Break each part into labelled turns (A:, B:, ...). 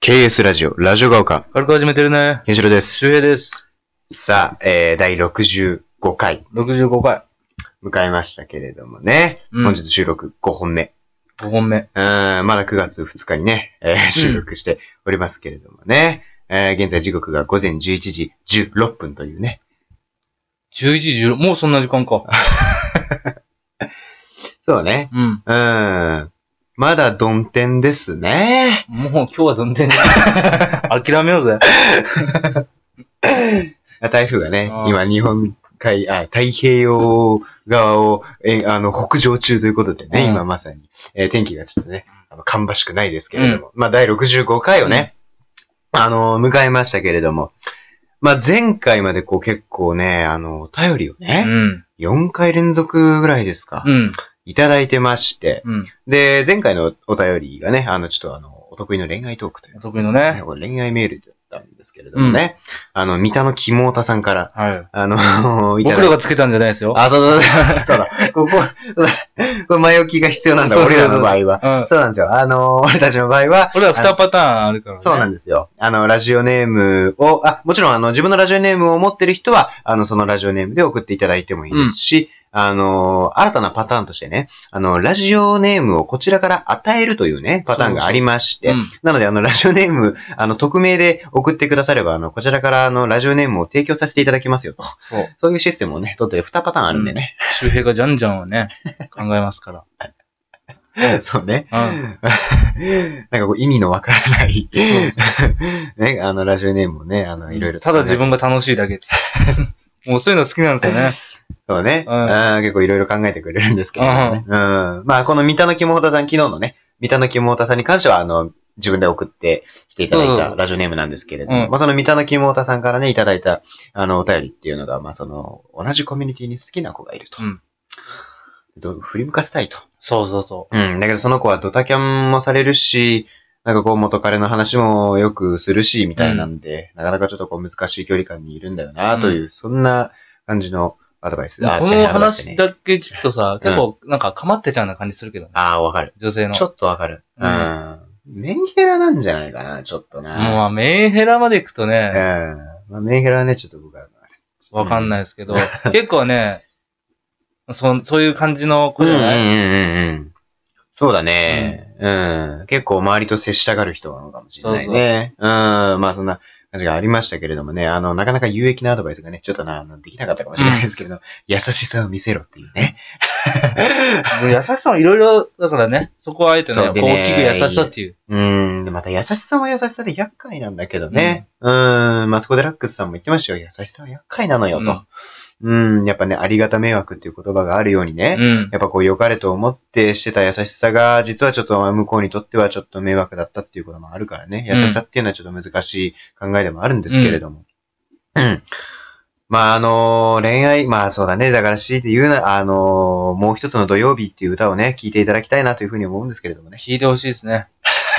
A: KS ラジオ、ラジオが丘、
B: 軽く始めてるね。
A: ケンシロウです。
B: 周平です。
A: さあ、えー、第65回
B: 65回。
A: 迎えましたけれどもね、
B: うん
A: 本日収録5本目。
B: 5本目。
A: うーん、まだ9月2日にね、えー収録しておりますけれどもね、えー、現在時刻が午前11時16分というね、
B: 11時16、もうそんな時間か。
A: そうね、
B: うん。
A: うーん、まだ曇天ですね。
B: もう今日は全然、 諦めようぜ。
A: あ台風がね
B: あ、ー
A: 今日本海、あ、太平洋側を、え、あの、北上中ということでね、
B: うん
A: 今まさに、えー天気がちょっとね、あの、芳しくないですけれども、まあ、第65回をね、あの、迎えましたけれども、まあ、前回までこう結構ね、あの、お便りを
B: う
A: ね、
B: ん。
A: 4回連続ぐらいですか、
B: うん。
A: いただいてまして、
B: うん。
A: で、前回のお便りがね、あの、ちょっとあの、お得意の恋愛トークという
B: お得意の
A: ね
B: ね。
A: これ恋愛メールだったんですけれどもね、あの、三田の肝太さんから、
B: は
A: あの、
B: い。
A: いただ
B: 僕ら
A: い
B: がつけたんじゃないですよ。
A: あ、そうそう そう。そうだ。ここ、そうだこれ前置きが必要なんだ、
B: そうそう
A: 俺
B: そう
A: らの場合は。
B: うん。
A: そうなんですよ。あの、 俺たちの場合は、
B: 俺ら2パターンあるからね。
A: そうなん
B: ん
A: ですよ。あの、ラジオネームを、あ、もちろん、あの、自分のラジオネームを持ってる人は、あの、そのラジオネームで送っていただいてもいいですし、あの、新たなパターンとしてね、あの、ラジオネームをこちらから与えるというね、パターンがありまして、
B: うん。
A: なので、あの、ラジオネーム、あの、匿名で送ってくだされば、あの、こちらから、あの、ラジオネームを提供させていただきますよと。
B: そう。
A: そういうシステムをね、取 って2パターンあるんでね。
B: 周平がじゃんじゃん をね、考えますから。
A: そうね。
B: う
A: なんかこう意味のわからない。
B: そうそ
A: ね、あの、ラジオネームをね、あの、いろいろ。
B: ただ自。分が楽しいだけ。 もうそういうの好きなんですよね。
A: そうね。
B: うん
A: あー結構いろいろ考えてくれるんですけどね。うん。まあ、この三田の肝太さん、昨日のね、三田の肝太さんに関しては、あの、自分で送ってきていただい
B: うんう
A: た
B: ん
A: ラジオネームなんですけれども、
B: うん
A: まあ、その三田の肝太さんからね、いただいた、あの、お便りっていうのが、まあ、その、同じコミュニティに好きな子がいると。
B: うん
A: どう振り向かせたいと。
B: そうそうそ
A: うん、だけどその子はドタキャンもされるし、なんかこう元彼の話もよくするし、みたいなんで、なかなかちょっとこう難しい距離感にいるんだよな、
B: うん
A: という、そんな感じのアドバイス。
B: う。
A: あ
B: こ
A: 違う
B: の
A: アドバイス
B: 話
A: ね
B: だけ聞くとさ、結構なんか構ってちゃうような感じするけどね。
A: ああ、わかる。
B: 女性の。
A: ちょっとわかる。う
B: うん
A: ん。メンヘラなんじゃないかな、ちょっと
B: もう
A: な。
B: まあ、メンヘラまで行くと
A: う
B: ね、
A: ん。まあ、メンヘラはね、ちょっと僕は。
B: わかん
A: い。
B: ないですけど、結構ね、そそういう感じの
A: う
B: 子
A: ん、う
B: じ
A: ん、うん
B: ゃない、
A: うんうん。そうだね、うん。結構周りと接したがる人なのかもしれないね。うん。まあそんな感じがありましたけれどもね、あの、なかなか有益なアドバイスがね、ちょっとな、あのできなかったかもしれないですけれど、優しさを見せろっていうね。
B: もう優しさもいろいろ、だからね、そこはあえてね、
A: そうでね
B: 大きく優しさっていう。
A: うん。でまた優しさは優しさで厄介なんだけどね。うん。まあそこでラックスさんも言ってましたよ。優しさは厄介なのよと。うん。やっぱね、ありがた迷惑っていう言葉があるようにね。
B: うん。
A: やっぱこう良かれと思ってしてた優しさが、実はちょっと向こうにとってはちょっと迷惑だったっていうこともあるからね。優
B: うん
A: しさっていうのはちょっと難しい考えでもあるんですけれども。うん。まああのー恋愛、まあそうだね。だから強いて言うな、あのーもう一つの土曜日っていう歌をね、聴いていただきたいなというふうに思うんですけれどもね。
B: 聞いてほしいですね。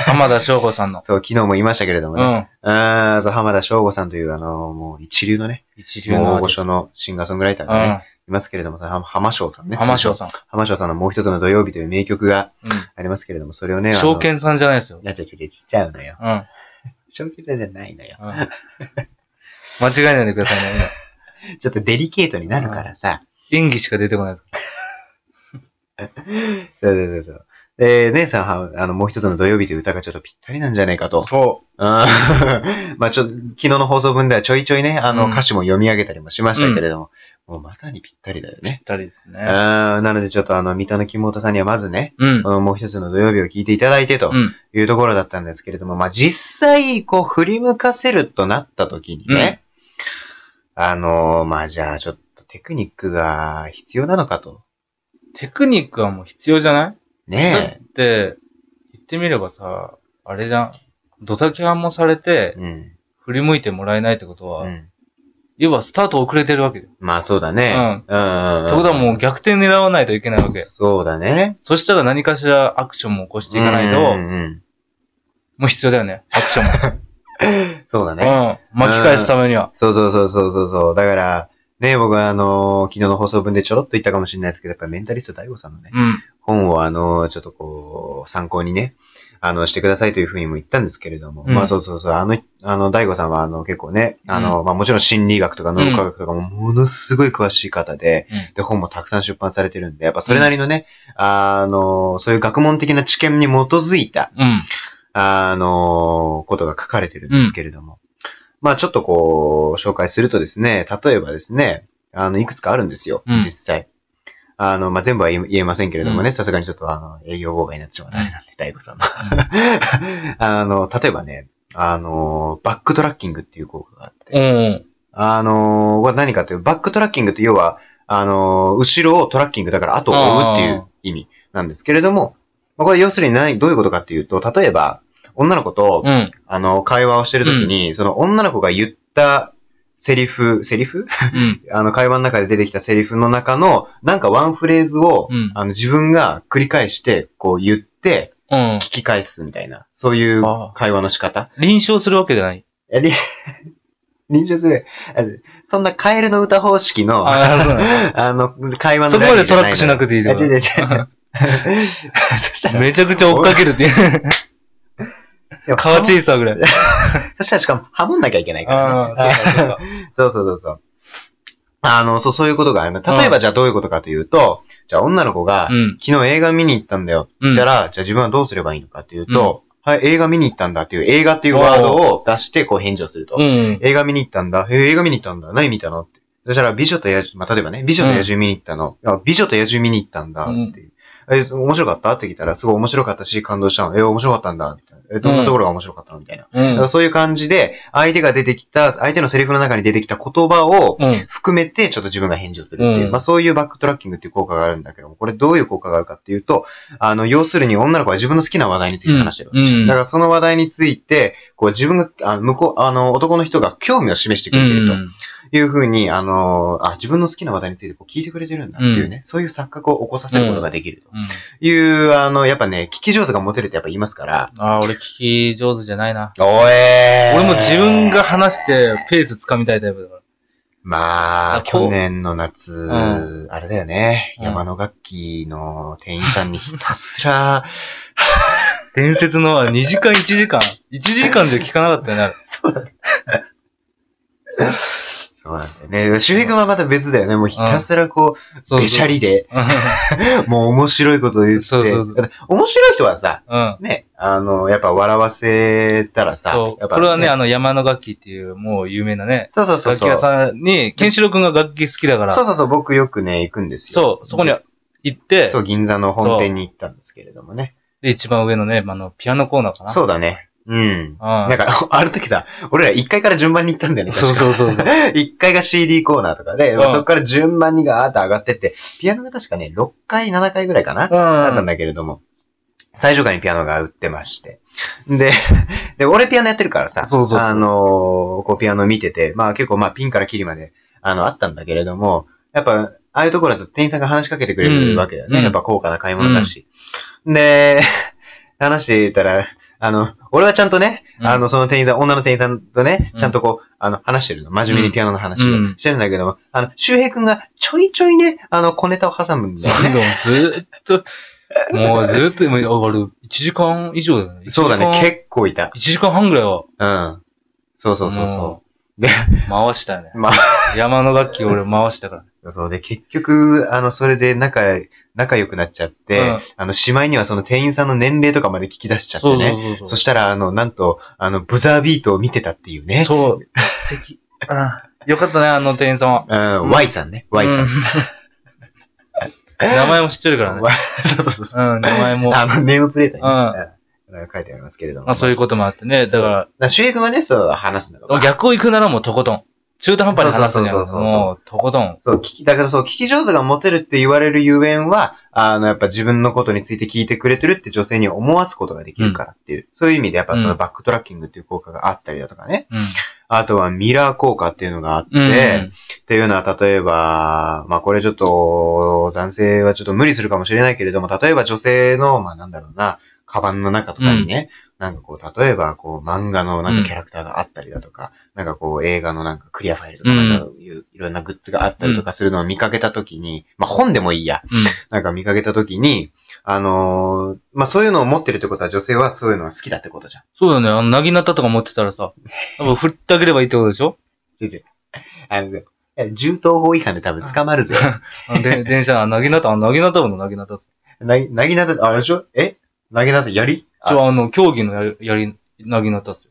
B: 浜田翔吾さんの。
A: そう、昨日も言いましたけれども
B: う
A: ね。
B: ん。
A: あん、そう、浜田省吾さんというあのーもう一流のね、
B: 一流
A: もう
B: の
A: 大
B: アー
A: 御
B: ティス
A: 所のシンガーソングライター
B: ト。
A: がね、いますけれども、その浜浜翔さん
B: うん。
A: ね。
B: 浜翔さん。
A: 浜翔さんのもう一つの土曜日という名曲が
B: う
A: ありますけれども、それをね、
B: ん。
A: あの
B: 証券さんじゃないですよ。
A: いや、ちゃちゃちゃちっちゃうのよ。
B: うん。うん。
A: 証券さんじゃないのよ。
B: 間違えないでくださいね。
A: ちょっとデリケートになるからさ。
B: 演技しか出てこないです。
A: そうそうそうそう。で、姉さんは、あの、もう一つの土曜日という歌がちょっとぴったりなんじゃないかと。
B: そ
A: あーまあちょ、昨日の放送分ではちょいちょいね、あ
B: う
A: の、
B: ん
A: 歌詞も読み上げたりもしましたけれども、もうまさにぴったりだよ
B: う。ぴっ
A: ね。
B: たりですね。
A: あーなのでちょっとあの、三田の木本さんにはまずね、
B: うん
A: あ。のもう一つの土曜日を聞いていただいてと
B: うん。
A: いうところだったんですけれども、まあ、実際、こう、振り向かせるとなった時にね、あのーまあ、じゃあ、ちょっとテクニックが必要なのかと。
B: テクニックはもう必要じゃないだっ
A: ね
B: て、言ってみればさ、あれじゃん。ドタキャンもされて
A: え。、うん。
B: 振り向いてもらえないってことは、
A: うん
B: 要はスタート遅れてるわけだよ。
A: まあ、そうだね。うん。うん。
B: ってことはも
A: う
B: う逆転狙わないといけないわけ。
A: そうだね。
B: そしたら何かしらアクションも起こしていかない
A: うん
B: と、
A: うん
B: もう必要だよね。アク ションも。
A: うんそうだ
B: う
A: ね。
B: ん。巻き返すためには。
A: そうそうそうそうそうそう。だから、ね、僕はあのー昨日の放送分でちょろっと言ったかもしれないですけど、やっぱりメンタリスト大悟さんのね、
B: うん。
A: 本をあの、ちょっとこう、参考にね、あの、してくださいというふうにも言ったんですけれども、
B: うん
A: まあそうそうそう、あの、あの、大悟さんはあの、結構ね、あの、まあもちろん心理学とか脳科学とかもものすごい詳しい方で、
B: うん
A: で、本もたくさん出版されてるんで、やっぱそれなりのね、あの、そういう学問的な知見に基づいた、
B: うん。
A: あの、ことが書かれてるんですけれども、まあちょっとこう、紹介するとですね、例えばですね、あの、いくつかあるんですよ、
B: うん
A: 実際。あの、まあ、全部は言え言えませんけれども
B: う
A: ね、さすがにちょっとあの、営業妨害になってしまうのであれなんで、大悟さんの。 あの、例えばね、あの、バックトラッキングっていう効果があって、
B: うん。
A: あの、は何かという、バックトラッキングって要は、あの、後ろをトラッキングだから後を追うっていう意味なんですけれども、まあ、これ要するに何、どういうことかっていうと、例えば、女の子と、
B: うん。
A: あの、会話をしてるときに、その女の子が言ったセリフ、セリフ
B: うん。
A: あの、会話の中で出てきたセリフの中の、なんかワンフレーズを、
B: うん。
A: あの、自分が繰り返して、こう言って、
B: うん。
A: 聞き返すみたいな、そういう
B: あ
A: 会話の仕方。
B: 臨床するわけじゃない。
A: え、り、 臨床する。あそんなカエルの歌方式の、 あ
B: ああ、そうなんだ
A: の、会話の
B: そこまでトラ
A: イ
B: ック
A: ン
B: し
A: じゃ
B: ないくていい
A: の
B: で
A: あ違う違う違う
B: す。
A: そした ら、
B: めちゃくちゃ追っかけるって いう。
A: でも
B: カワチェイサーぐらい。
A: そしたらしかもハモんなきゃいけないから、ね。
B: ああ、そう かそうか。
A: そうそうそうそう。あの、そう、そういうことがあります。例えば、じゃあどういうことかというと、じゃあ女の子が
B: う、ん。
A: 昨日映画見に行ったんだよ。
B: うん
A: だから、じゃあ自分はどうすればいいのかというと、はい、映画見に行ったんだっていう、映画っていうワードを出して、こう返事をすると。
B: うん。
A: 映画見に行ったんだ。えー映画見に行ったんだ。何見たのって。そしたら、美女と野獣、まあ、例えばね、美女と野獣見に行ったの。あ美女と野獣見に行ったんだ。っていう。えー面白かったって聞いたら、すごい面白かったし、感動したの。えー面白かったんだ。みたいなえーどんなところが面白かったのみたいな。
B: う
A: だから
B: ん。
A: そういう感じで、相手が出てきた、相手のセリフの中に出てきた言葉を
B: うん。
A: 含めて、ちょっと自分が返事をするっていう、
B: うん
A: まあそういうバックトラッキングっていう効果があるんだけども、これどういう効果があるかっていうと、あの、要するに女の子は自分の好きな話題について話してるわけ。
B: うん。
A: だからその話題について、こう自分が、あ向こう、あの、男の人が興味を示してく
B: う
A: れてると
B: ん。
A: いうふうに、あの、あ、自分の好きな話題についてこう聞いてくれてるんだっていうね、そういう錯覚を起こさせることができると
B: うん
A: いう、あの、やっぱね、聞き上手が持てるってやっぱ言いますから、
B: ああ、俺聞き上手じゃないな。
A: おえー
B: 俺も自分が話してペース掴みたいタイプだか
A: まあ、
B: あこう
A: 去年の夏、
B: ん
A: あれだよね、
B: うん
A: 山の楽器の店員さんにひたすら、
B: ら。伝説の2時間1時間。1時間じゃ聞かなかったよねあれ。
A: そうなんだよね。周平君はまた別だよね。もうひたすらこう、
B: そうそう
A: べしゃりで、
B: う ん。
A: もう面白いことを言って。
B: そうそうそう
A: だって面白い人はさ、
B: うん。
A: ね、あの、やっぱ笑わせたらさ、
B: そ
A: やっ
B: う。
A: ぱ、
B: これはね、あの、山の楽器っていう、もう有名なね、
A: そうそうそう
B: 楽器
A: そう。そ
B: 屋
A: う
B: さんに、ケンシロウくんが楽器好きだから、
A: そうそう、僕よくね、行くんですよ。
B: そう、そこに行って、
A: そう、銀座の本店に行ったんですけれどもね。
B: で、一番上のね、あの、ピアノコーナーかな。
A: そうだね。うん。
B: うん。
A: なんか、 ある時さ、俺ら1階から順番に行ったんだよね。確か
B: そうそうそうそう。
A: 1階が CD コーナーとかで、
B: うん
A: まあそこから順番にガーッと上がってって、ピアノが確かね、6回、7回ぐらいかな、
B: うん。
A: だったんだけれども、最上階にピアノが売ってまして。で、で、俺ピアノやってるからさ、
B: そうそうそう
A: あのーこうピアノ見てて、まあ結構まあピンからキリまで、あの、あったんだけれども、やっぱ、ああいうところだと店員さんが話しかけてくれるわけだよね。
B: うん
A: やっぱ高価な買い物だし。で、 話してたら、あの、俺はちゃんとね、
B: うん
A: あの、その店員さん、女の店員さんとね
B: う、ん
A: ちゃんとこう、あの、話してるの。真面目にピアノの話を
B: うん
A: してるんだけども、あの、周平くんがちょいちょいね、あの、小ネタを挟むんだよね。
B: ずっと、もうずっと、もうあれ、1時間以上だよね。
A: そうだね、
B: 1
A: 結構いた。
B: 時間半ぐらいは。
A: うん。そうそうそうそ
B: うん
A: で
B: 回したよね。
A: う。ま
B: 山の楽器俺回したから。
A: あ、そうで、結局、あの、それで仲、仲良くなっちゃって、
B: うん
A: あの、しまいにはその店員さんの年齢とかまで聞き出しちゃって
B: そう
A: ね。
B: そうそう
A: そ
B: そ
A: したら、あの、なんと、あの、ブザービートを見てたっていう
B: う。
A: ね。
B: そう。素敵。あよかったね、あの店員さんは。
A: うん、Y さんね。Y さ。
B: うん名前も知ってるからね。
A: そうそうそう。
B: うん、名前も。
A: あの、ネームプレートにね、
B: う
A: うん書いてありますけれども。
B: まあそういうこともあってね。だか
A: だから周平君はね、そう話すのが。ま
B: ら、
A: あ
B: 逆を行くならもうとことん。中途半端に話すんじゃ
A: そ
B: ん。
A: うそうそうそう
B: もう、とことん。
A: そう、聞き、だからそう、聞き上手が持てるって言われるゆえんは、あの、やっぱ自分のことについて聞いてくれてるって女性に思わすことができるからっていう、そういう意味でやっぱそうの
B: ん
A: バックトラッキングっていう効果があったりだとかね。
B: うん。
A: あとはミラー効果っていうのがあって、
B: うん
A: っていうのは例えば、まあこれちょっと、男性はちょっと無理するかもしれないけれども、例えば女性の、まあなんだろうな、カバンの中とかにね、なんかこう、例えばこう漫画のなんかキャラクターがあったりだとか、なんかこう映画のなんかクリアファイルとか、
B: うん
A: なんかいういろんなグッズがあったりとかするのを見かけたときに、まあ本でもいいや、
B: うん
A: なんか見かけたときに、あのーまあ、そういうのを持ってるってことは女性はそういうのは好きだってことじゃん。
B: そうだね。あの、なぎなたとか持ってた らさ、多分振ってあげればいいってことでしょ
A: あの、え銃刀法違反で多分捕まるぜ。
B: あの で、電車、あなぎなた、あなぎなた部のなぎなた。ち
A: なぎ、なぎなた、あれでしょえなぎなた槍あ
B: ょ、あの、競技のやり、やり、なぎなたっすよ。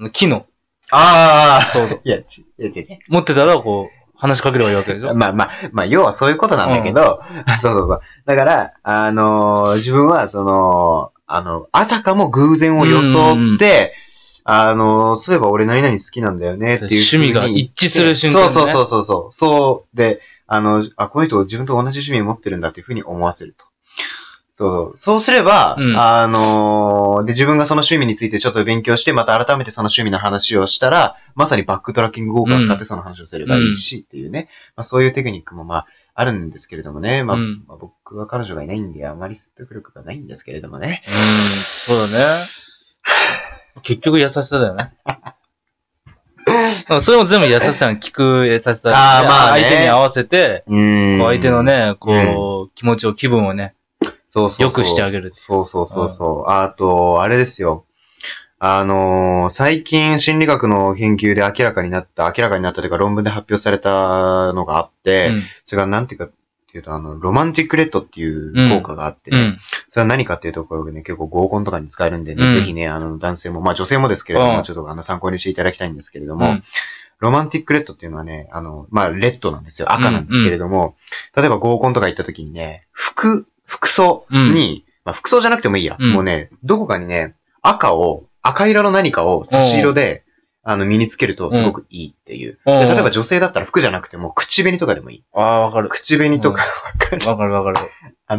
B: あの木の、
A: あ
B: そうだ。
A: ーいや、ち、いや、違う
B: 持ってたら、こう、話しかければいいわけでしょ
A: まあまあ、まあ、要はそういうことなんだけど、 そうそうそう。だから、あのー自分は、その、あの、あたかも偶然を装って、あのーそういえば俺何々好きなんだよねっていう
B: 趣
A: 風に。
B: 味が一致する瞬間ね
A: そうそうそうそう。そう。で、あの、あ、この人自分と同じ趣味持ってるんだっていうふうに思わせると。そう。そうすれば、
B: うん
A: あのーで、自分がその趣味についてちょっと勉強して、また改めてその趣味の話をしたら、まさにバックトラッキング効果を使ってその話をすればいいし、っていうね。まあそういうテクニックもまあ、あるんですけれどもね。まあ、
B: うん
A: まあ僕は彼女がいないんで、あまり説得力がないんですけれどもね。
B: うん、そ うだね。結局優しさだよね。でもそれも全部優し さに聞く優しさで、
A: あーまあね
B: 相手に合わせて、
A: うーん。
B: こう相手の。ね、こう、気持ちを、気分をね、
A: そうそうそう。
B: 良くしてあげる。
A: そうそうそうそう。あと、あれですよ。あのー最近心理学の研究で明らかになった、明らかになったというか論文で発表されたのがあって、
B: うん
A: それがなんていうかっていうと、あの、ロマンティックレッドっていう効果があって、
B: う
A: ね
B: ん。
A: それは何かっていうところでね、結構合コンとかに使えるんでね、
B: うん
A: ぜひね、あの、男性も、まあ女性もですけれども、
B: うん
A: ちょっとあの参考にしていただきたいんですけれど
B: う
A: も、
B: ん
A: ロマンティックレッドっていうのはね、あの、まあ、レッドなんですよ。赤なんですけれども、例えば合コンとか行った時にね、服、服装に、まあ、服装じゃなくてもいいや、
B: うん
A: もうね、どこかにね、赤を、赤色の何かを差し色で、あの、身につけるとすごくいいっていう。
B: うん
A: で例えば女性だったら服じゃなくても、口紅とかでもいい。
B: ああ、わかる。
A: 口紅とか、わかる
B: わかるわかる。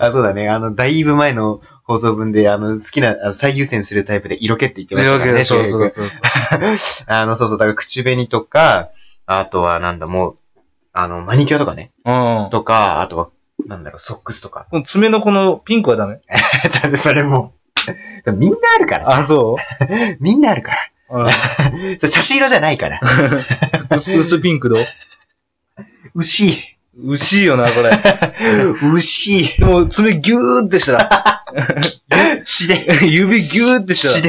A: あ、そうだね。あの、だいぶ前の放送分で、あの、好きな、あの最優先するタイプで色気って言ってましたからね、
B: そう
A: 翔平
B: そ
A: 君
B: うそうそう。
A: あの、そうそう、だから口紅とか、あとはなんだ、もう、あの、マニキュアとかね、
B: うん
A: とか、あとは、なんだろう、ソックスとか。
B: この爪のこのピンクはダ
A: だ
B: メ
A: ってそれもう、みんなあるからさ、
B: あ、そ
A: みんなあるから。
B: ううん
A: それ差し色じゃない から。
B: 薄薄ピンクどう
A: 牛、
B: 薄いよな、こ れ。
A: 牛、
B: でも爪ギューってしたら、
A: 血で、
B: 指ギューってし
A: 血
B: た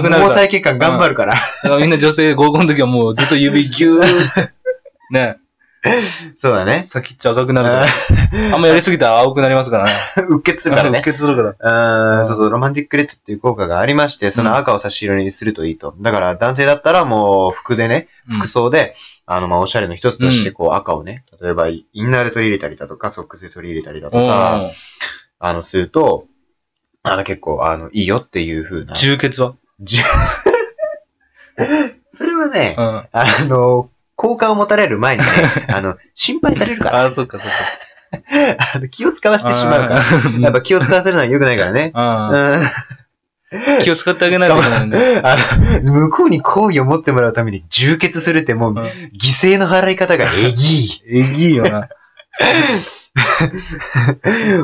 A: で、
B: 赤くなる
A: 毛
B: から。
A: 細血管頑張るから。
B: だからみんな女性合コンの時はもうずっと指ギュー って。ね。
A: そうだね。
B: 先っちょ赤くなるから。あんまやりすぎたら青くなりますからね。
A: うっ血するからね。
B: 血するか
A: う
B: ら。
A: ーんそうそう、ロマンティックレッドっていう効果がありまして、その赤を差し色にするといいと。だから男性だったらもう服でね、
B: うん
A: 服装で、あの、まあ、おしゃれの一つとして、
B: うん
A: こう赤をね、例えばインナーで取り入れたりだとか、ソックスで取り入れたりだと
B: う
A: か、
B: ん
A: あの、すると、あの、結構、あの、いいよっていう風な。
B: 充血は
A: じゅ それはね
B: う、ん。
A: あの、好感を持たれる前に ね、あの、心配されるから、
B: あ、そっかそっか。
A: あの気を使わせてしまうから。
B: うん
A: やっぱ気を使わせるのは良くないからね。
B: う
A: うん
B: ん気を使ってあげないといけないんだよ。
A: あの、向こうに好意を持ってもらうために充血するってもう、
B: うん
A: 犠牲の払い方がえぎ
B: えぎいよな。
A: い。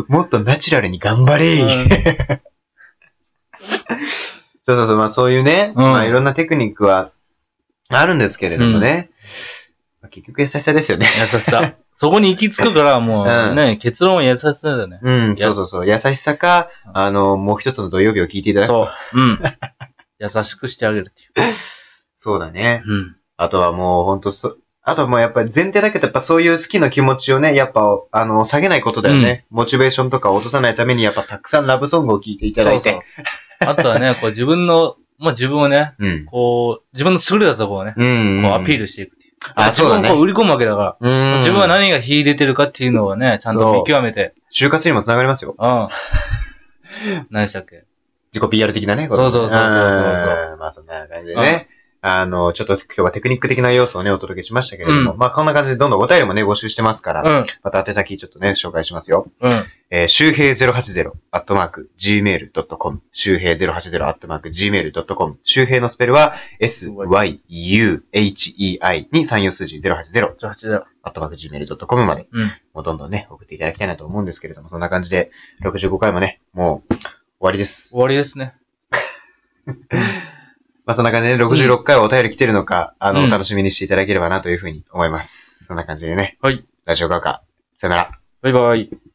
A: もっとナチュラルに頑張れい。そうそうそう、まあそういうね、
B: うん
A: まあいろんなテクニックはあるんですけれどもね。まあ結局優しさですよ ね。
B: 優しさ。そこに行き着くから、も
A: う
B: うんね、結論は優しさだよね。
A: うん、そうそうそう。優しさか、あの、もう一つの土曜日を聞いていただく。
B: そう。うん。優しくしてあげるっていう。
A: そうだね。
B: うん。
A: あとはもう本当そ、あとはもうやっぱり前提だけど、やっぱそういう好きな気持ちをね、やっぱ、あの、下げないことだよね。モチベーションとかを落とさないために、やっぱたくさんラブソングを聴いていただいて。
B: そうそう。あとはね、こう自分の、まあ自分をね、
A: うん。
B: こう、自分の優れたところをね、
A: うん、うん。
B: こうアピールしていくっていう。
A: あ
B: 自分を
A: そうだね
B: こう売り込むわけだから。
A: うん。
B: 自分は何が秀でてるかっていうのをね、ちゃんと見極めて。
A: 就活にもつながりますよ。
B: うん。何でしたっけ
A: 自己 PR 的なね。
B: そうそうそうそうそうそうん
A: まあそんな感じでね。あの、ちょっと今日はテクニック的な要素をね、お届けしましたけれども、
B: う
A: まあこんな感じでどんどんお便りもね、募集してますから、
B: うん。
A: また宛先ちょっとね、紹介しますよ。
B: うん。
A: えー、周平080、アットマーク、gmail.com、周平080、アットマーク、gmail.com、周平のスペルは、syuhei に34数字080、
B: じゃあ、8だよ。
A: アットマーク、gmail.com まで、
B: うん。
A: もうどんどんね、送っていただきたいなと思うんですけれども、そんな感じで、65回もね、もう、終わりです。
B: 終わりですね。
A: まあ、そんな感じでね、66回お便り来てるのか、あの、お
B: うん
A: 楽しみにしていただければなというふうに思います。そんな感じでね、
B: はい。
A: ラジオガオカ、さよなら。
B: バイバイ。